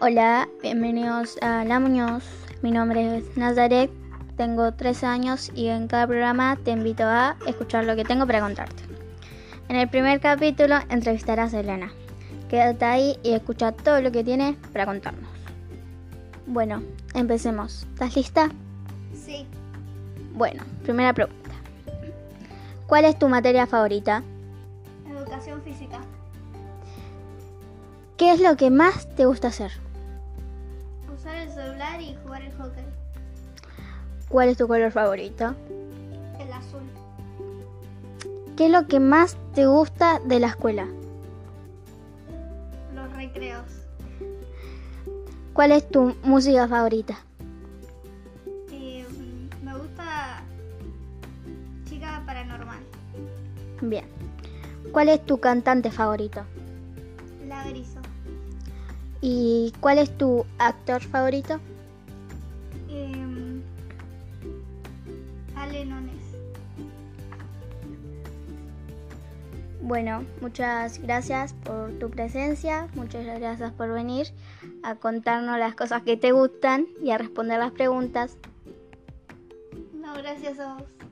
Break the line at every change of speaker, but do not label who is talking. Hola, bienvenidos a La Muñoz. Mi nombre es Nazaret, tengo 3 años y en cada programa te invito a escuchar lo que tengo para contarte. En el primer capítulo entrevistarás a Elena. Quédate ahí y escucha todo lo que tiene para contarnos. Bueno, empecemos. ¿Estás lista?
Sí,
Bueno, primera pregunta. ¿Cuál es tu materia favorita?
educación física.
¿Qué es lo que más te gusta hacer?
Usar el celular y jugar el hockey.
¿Cuál es tu color favorito?
El azul.
¿Qué es lo que más te gusta de la escuela?
Los recreos.
¿Cuál es tu música favorita?
Eh, me gusta chica paranormal.
Bien. ¿Cuál es tu cantante favorito?
La griso.
¿Y cuál es tu actor favorito?
Eh, Alenones.
Bueno, muchas gracias por tu presencia, muchas gracias por venir a contarnos las cosas que te gustan y a responder las preguntas.
No, gracias a vos.